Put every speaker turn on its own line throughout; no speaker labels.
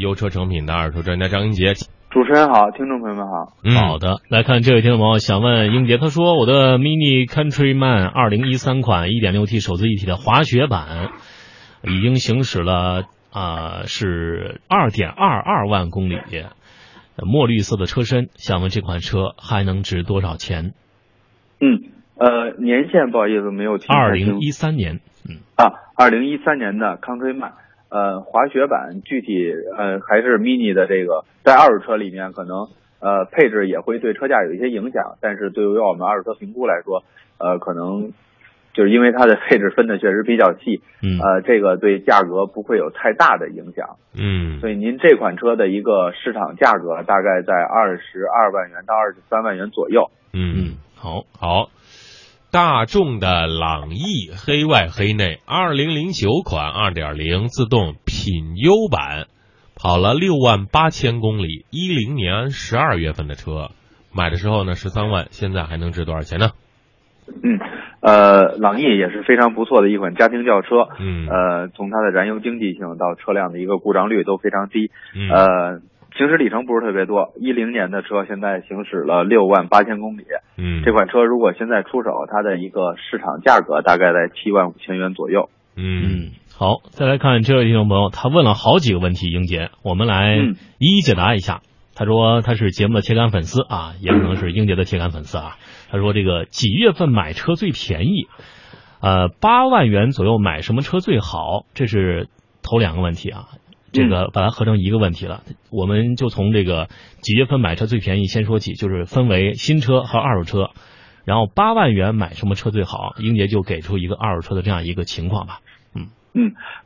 优车成品的二手车专家张英杰。
主持人好，听众朋友们好。
嗯，
好的，来看这位听众朋友想问英杰，他说我的 Mini Countryman 二零一三款一点六 T 手自一体的滑雪版已经行驶了啊、是二点二二万公里，呃墨绿色的车身，想问这款车还能值多少钱？
嗯，呃，年限不好意思没有听太
二
清
零一三年，嗯，
啊，二零一三年的康菲曼，呃，滑雪版具体呃还是 mini 的这个，在二手车里面可能呃配置也会对车价有一些影响，但是对于我们二手车评估来说，呃，可能就是因为它的配置分的确实比较细，
嗯
呃，这个对价格不会有太大的影响。
嗯
所以您这款车的一个市场价格大概在二十二万元到二十三万元左右。
嗯
嗯，好，
好。大众的朗逸黑外黑内，二零零九款二点零自动品优版，跑了六万八千公里，一零年十二月份的车，买的时候呢十三万，现在还能值多少钱呢？
嗯，呃，朗逸也是非常不错的一款家庭轿车。
嗯
呃，从它的燃油经济性到车辆的一个故障率都非常低。
嗯
呃，行驶里程不是特别多，一零年的车现在行驶了六万八千公里。
嗯，
这款车如果现在出手，它的一个市场价格大概在七万五千元左右。
嗯
嗯，好，再来看这位听众朋友，他问了好几个问题，英杰，我们来
嗯
一一解答一下。他说他是节目的铁杆粉丝啊，也可能是英杰的铁杆粉丝啊。他说这个几月份买车最便宜？呃，八万元左右买什么车最好？这是头两个问题啊，这个把它合成一个问题了。我们就从这个几月份买车最便宜先说起，就是分为新车和二手车。然后八万元买什么车最好？英杰就给出一个二手车的这样一个情况吧。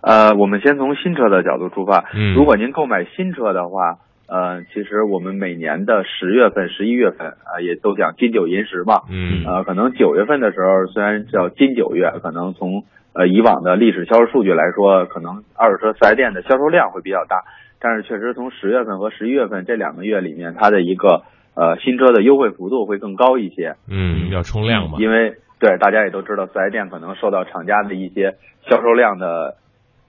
呃，我们先从新车的角度出发。
嗯
如果您购买新车的话，呃，其实我们每年的十月份、十一月份啊、也都讲金九银十嘛。
嗯
呃，可能九月份的时候，虽然叫金九月，可能从呃以往的历史销售数据来说，可能二手车四 S 店的销售量会比较大，但是确实从十月份和十一月份这两个月里面，它的一个呃新车的优惠幅度会更高一些。
嗯，要冲量嘛。
因为对大家也都知道，四 S 店可能受到厂家的一些销售量的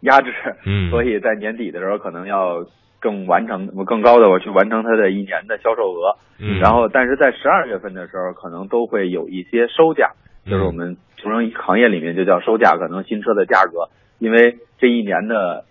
压制，
嗯
所以在年底的时候可能要更完成更高的我去完成它的一年的销售额。
嗯
然后，但是在十二月份的时候，可能都会有一些收价，
嗯
就是我们从商行业里面就叫收价，可能新车的价格，因为这一年的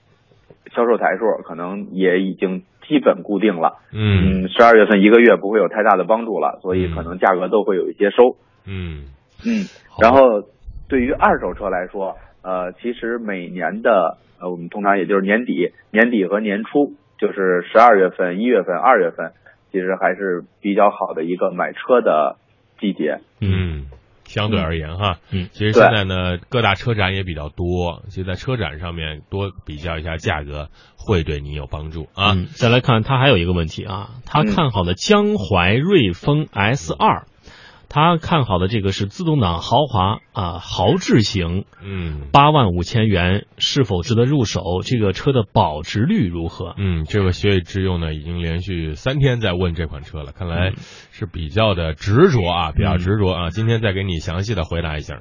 销售台数可能也已经基本固定了。
嗯
嗯，十二月份一个月不会有太大的帮助了，所以可能价格都会有一些收。
嗯
嗯，
好
然后对于二手车来说，呃，其实每年的呃，我们通常也就是年底、年底和年初，就是十二月份、一月份、二月份，其实还是比较好的一个买车的季节。
嗯，相对而言哈，
嗯
其实现在呢，各大车展也比较多，所以在车展上面多比较一下价格，会对你有帮助啊。
嗯，再来看他还有一个问题啊，他看好的江淮瑞风 S 二、他看好的这个是自动挡豪华啊豪智型，
嗯
八万五千元是否值得入手？这个车的保值率如何？
嗯，这位学以致用呢，已经连续三天在问这款车了，看
嗯
来是比较的执着啊，比较执着啊。今天再给你详细的回答一下。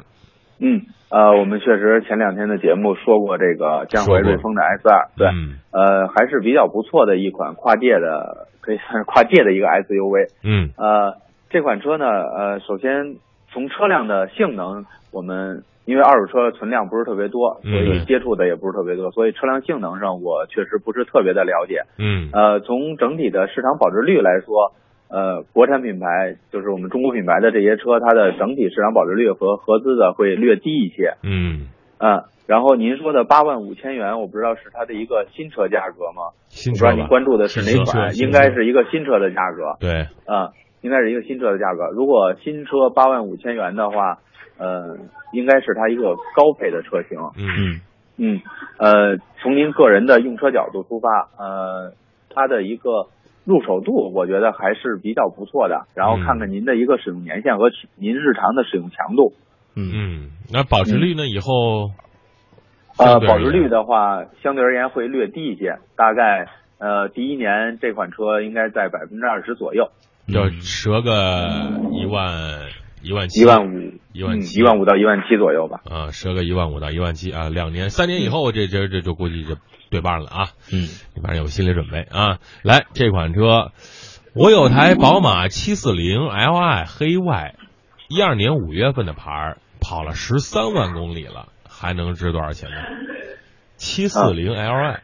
嗯，呃，我们确实前两天的节目说过这个江
说过
淮瑞风的 S 二，对，
嗯
呃，还是比较不错的一款跨界的，可以 算是跨界的一个 SUV。
嗯
呃，这款车呢，呃，首先从车辆的性能，我们因为二手车存量不是特别多，所以
嗯
接触的也不是特别多，所以车辆性能上我确实不是特别的了解。
嗯
呃，从整体的市场保值率来说，呃，国产品牌就是我们中国品牌的这些车，它的整体市场保值率和合资的会略低一些。
嗯，
嗯，然后您说的八万五千元，我不知道是它的一个新车价格吗？
新
我不知
车
道
吧？
您呃关注的是哪
新车
款，
新
应
车
该是一个新车的价格。
对，
啊，应该是一个新车的价格。如果新车八万五千元的话，呃，应该是它一个高配的车型。
嗯
嗯
嗯，呃，从您个人的用车角度出发，呃，它的一个入手度，我觉得还是比较不错的。然后看
嗯
看您的一个使用年限和您日常的使用强度。
嗯
嗯，那保值率呢？以后
呃
相，对而
保
言
值率的话，相对而言会略低一些，大概呃第一年这款车应该在百分之二十左右。
要折个一万一万七，
一万五，
一万七
嗯一万五到一万七左右吧。
啊，折个一万五到一万七啊，两年、三年以后，这这这就估计就对半了啊。
嗯，
你反正有心理准备啊。来，这款车，我有台宝马七四零 Li 黑 Y，一二年五月份的牌儿，跑了十三万公里了，还能值多少钱呢？七四零
啊
Li，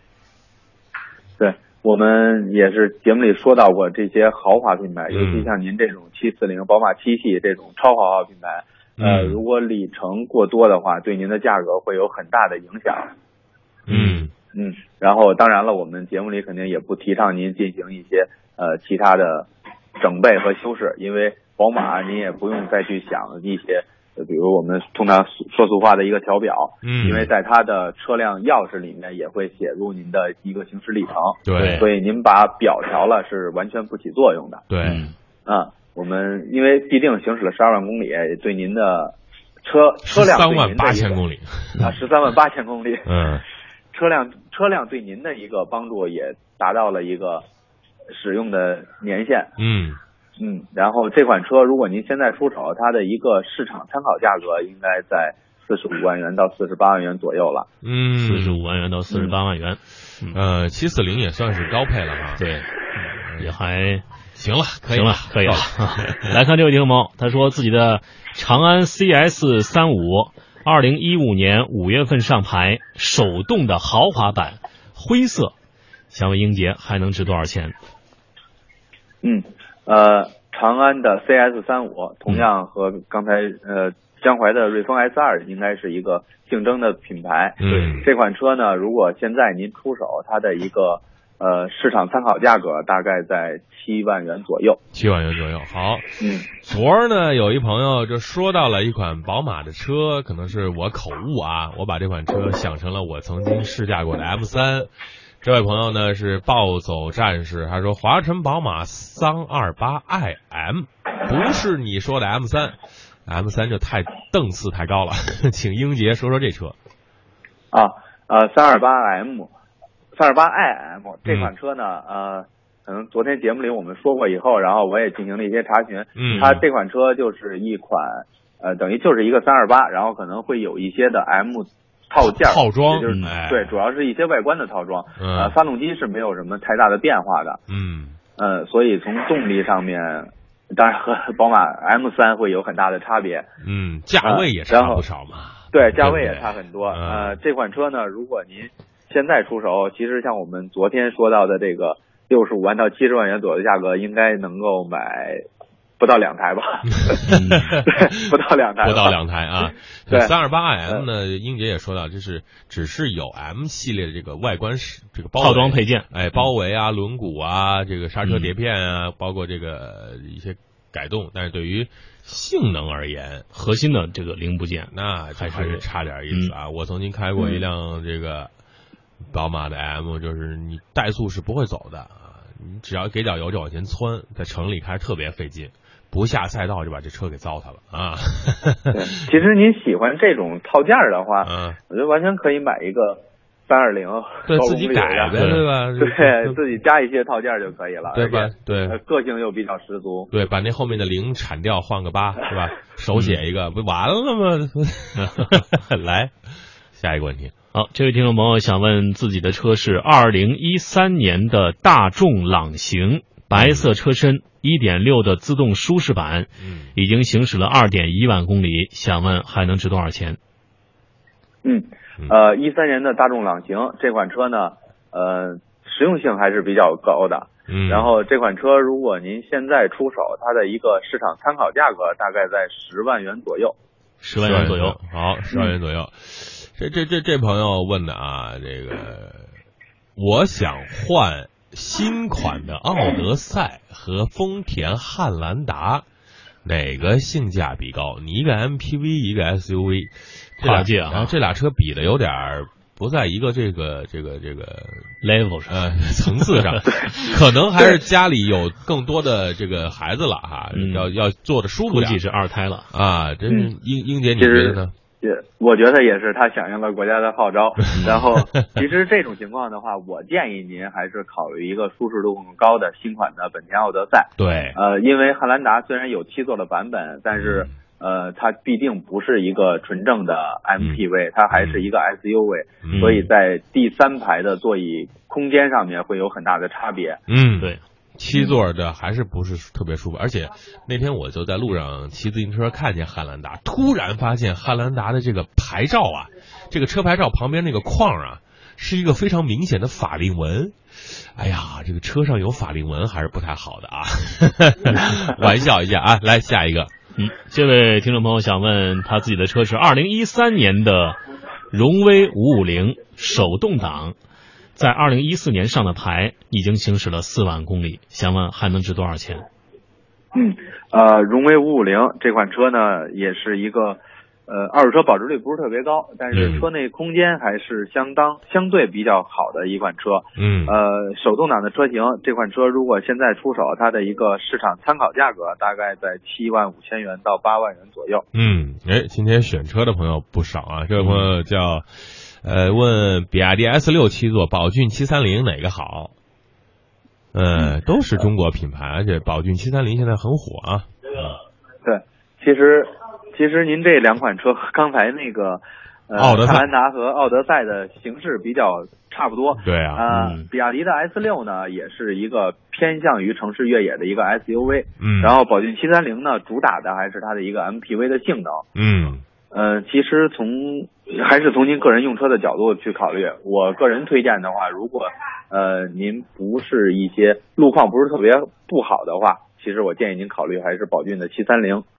对我们也是节目里说到过这些豪华品牌，
嗯
尤其像您这种七四零、宝马七系这种超豪华品牌，呃，
嗯
如果里程过多的话，对您的价格会有很大的影响。
嗯
嗯，然后当然了，我们节目里肯定也不提倡您进行一些呃其他的整备和修饰，因为宝马您也不用再去想一些，呃比如我们通常说俗话的一个调表，
嗯，
因为在它的车辆钥匙里面也会写入您的一个行驶里程，
对
所以您把表调了是完全不起作用的。
对
嗯
啊，我们因为毕竟行驶了十二万公里，对您的车车
十
辆
三万八千
里
公里，
啊，十三万八千公里，
嗯
车辆车辆对您的一个帮助也达到了一个使用的年限。
嗯
嗯，然后这款车如果您现在出手，它的一个市场参考价格应该在四十五万元到四十八万元左右了。
嗯，
四十五万元到四十八万元，
呃，七四零也算是高配了哈。，
对，也还
行了，可以
行了，可 以了
够。
来看这位听众朋友，他说自己的长安 CS 三五，二零一五年五月份上牌，手动的豪华版，灰色。想问英杰还能值多少钱？
嗯，呃，长安的 CS 三五同样和刚才呃江淮的瑞风 S 二应该是一个竞争的品牌。
嗯
这款车呢，如果现在您出手，它的一个呃市场参考价格大概在七万元左右。
七万元左右。好，
嗯
昨儿呢，有一朋友就说到了一款宝马的车，可能是我口误啊，我把这款车想成了我曾经试驾过的 M 三。这位朋友呢是暴走战士，他说华晨宝马桑二八 IM 不是你说的 M 三，M 三就太档次太高了， 请英杰说说这车。
啊，呃，三二八 M，三二八 IM 这款车呢，
嗯
呃，可能昨天节目里我们说过以后，然后我也进行了一些查询，
嗯，
它这款车就是一款，呃，等于就是一个三二八，然后可能会有一些的 M 套件儿，
套装
也就是
嗯哎
对，主要是一些外观的套装，呃，
嗯
发动机是没有什么太大的变化的，
嗯
呃，所以从动力上面，当然和宝马 M 三会有很大的差别，
嗯，价位也
啊然
差
后
不少嘛。
对，
不
价位也差很多。
嗯
呃，这款车呢，如果您现在出手，其实像我们昨天说到的这个六十五万到七十万元左右的价格，应该能够买不到 两台吧？
嗯
对不到两台吧，
不到两台啊。
对
三二八 M 呢，英杰也说到，就是只是有 M 系列的这个外观是这个包围
套装配件，
哎，包围啊、轮毂啊、这个刹车碟片啊，包括这个呃一些改动，但是对于性能而言，
核心的这个零部件，
那就
还是
还是差点意思啊。我曾经开过一辆这个宝马的 M，就是你怠速是不会走的啊，你只要给脚油就往前窜，在城里开特别费劲。不下赛道就把这车给糟蹋了啊！
对。啊其实您喜欢这种套件儿的话，
嗯，
我觉得完全可以买一个三二零，
对自己改呗，
对
对吧？
对自己加一些套件儿就可以了，
对吧
而且？呃
对
个性又比较十足。
对，把那后面的零铲掉，换个八，是吧？手写一个，不完了吗？ 来，下一个问题，
好，这位听众朋友想问自己的车是二零一三年的大众朗行，白色车身，一点六的自动舒适版，
嗯
已经行驶了二点一万公里，想问还能值多少钱？
嗯
嗯，
呃，一三年的大众朗行这款车呢，呃，实用性还是比较高的。
嗯，
然后这款车如果您现在出手，它的一个市场参考价格大概在十万元左右。
十万元左右。，
好，十万元左右。这这这这朋友问的啊，这个我想换新款的奥德赛和丰田汉兰达，哪个性价比高？你一个 MPV，一个 SUV，这俩
跨界啊
然后这俩车比的有点儿不在一个这个这个这个
level 上，
呃层次 上，可能还是家里有更多的这个孩子了哈，
嗯
要要坐的舒服
估
点
计
儿
是二胎了。
啊。这是英英姐，你
其
觉得
实
呢？
也，我觉得也是它响应了国家的号 召。然后，其实这种情况的话，我建议您还是考虑一个舒适度更高的新款的本田奥德赛。
对，嗯
呃，因为汉兰达虽然有七座的版本，但是呃，它必定不是一个纯正的 MPV，、它还是一个 SUV，、
嗯
所以在第三排的座椅空间上面会有很大的差别。
嗯，
对，
七座的还是不是特别舒服，而且那天我就在路上骑自行车看见汉兰达，突然发现汉兰达的这个牌照啊，这个车牌照旁边那个框啊，是一个非常明显的法令纹。哎呀，这个车上有法令纹还是不太好的啊， 玩笑一下啊，来下一个，
嗯，这位听众朋友想问他自己的车是二零一三年的荣威五五零手动挡，在二零一四年上的牌，已经行驶了四万公里，想问还能值多少钱？
嗯，呃，荣威五五零这款车呢，也是一个呃二手车保值率不是特别高，
嗯
但是车内空间还是相当相对比较好的一款车。
嗯
呃，手动挡的车型，这款车如果现在出手，它的一个市场参考价格大概在七万五千元到八万元左右。
嗯，哎，今天选车的朋友不少啊。这位朋友叫，呃，问比亚迪 S 六七座、宝骏七三零哪个好？
嗯
呃，都是中国品牌，而且宝骏七三零现在很火啊。
对，其实其实您这两款车和刚才那个呃
奥德赛
汉兰达和奥德赛的形式比较差不多。
对啊，
啊、
嗯
比亚迪的 S 六呢，也是一个偏向于城市越野的一个 SUV，
嗯，
然后宝骏七三零呢，主打的还是它的一个 MPV 的性能。
嗯
呃，其实从还是从您个人用车的角度去考虑，我个人推荐的话，如果呃您不是一些路况不是特别不好的话，其实我建议您考虑还是宝骏的七三零。